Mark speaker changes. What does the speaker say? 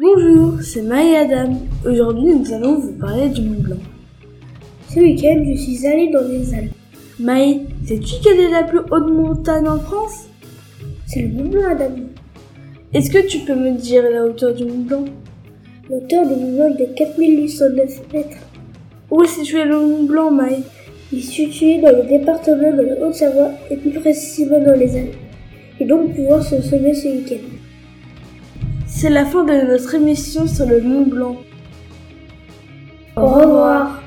Speaker 1: Bonjour, c'est Maya Adam. Aujourd'hui, nous allons vous parler du Mont Blanc.
Speaker 2: Ce week-end, je suis allée dans les Alpes.
Speaker 1: Maï, sais-tu quelle est la plus haute montagne en France
Speaker 2: C'est le Mont Blanc, Adam.
Speaker 1: Est-ce que tu peux me dire la hauteur du Mont Blanc
Speaker 2: L'auteur du Mont Blanc est de 4809 mètres.
Speaker 1: Où est situé le Mont Blanc, Maï
Speaker 2: Il se situe dans le département de la Haute-Savoie et plus précisément dans les Alpes. Et donc pouvoir se sommet ce week-end.
Speaker 1: C'est la fin de notre émission sur le Mont Blanc.
Speaker 2: Au revoir.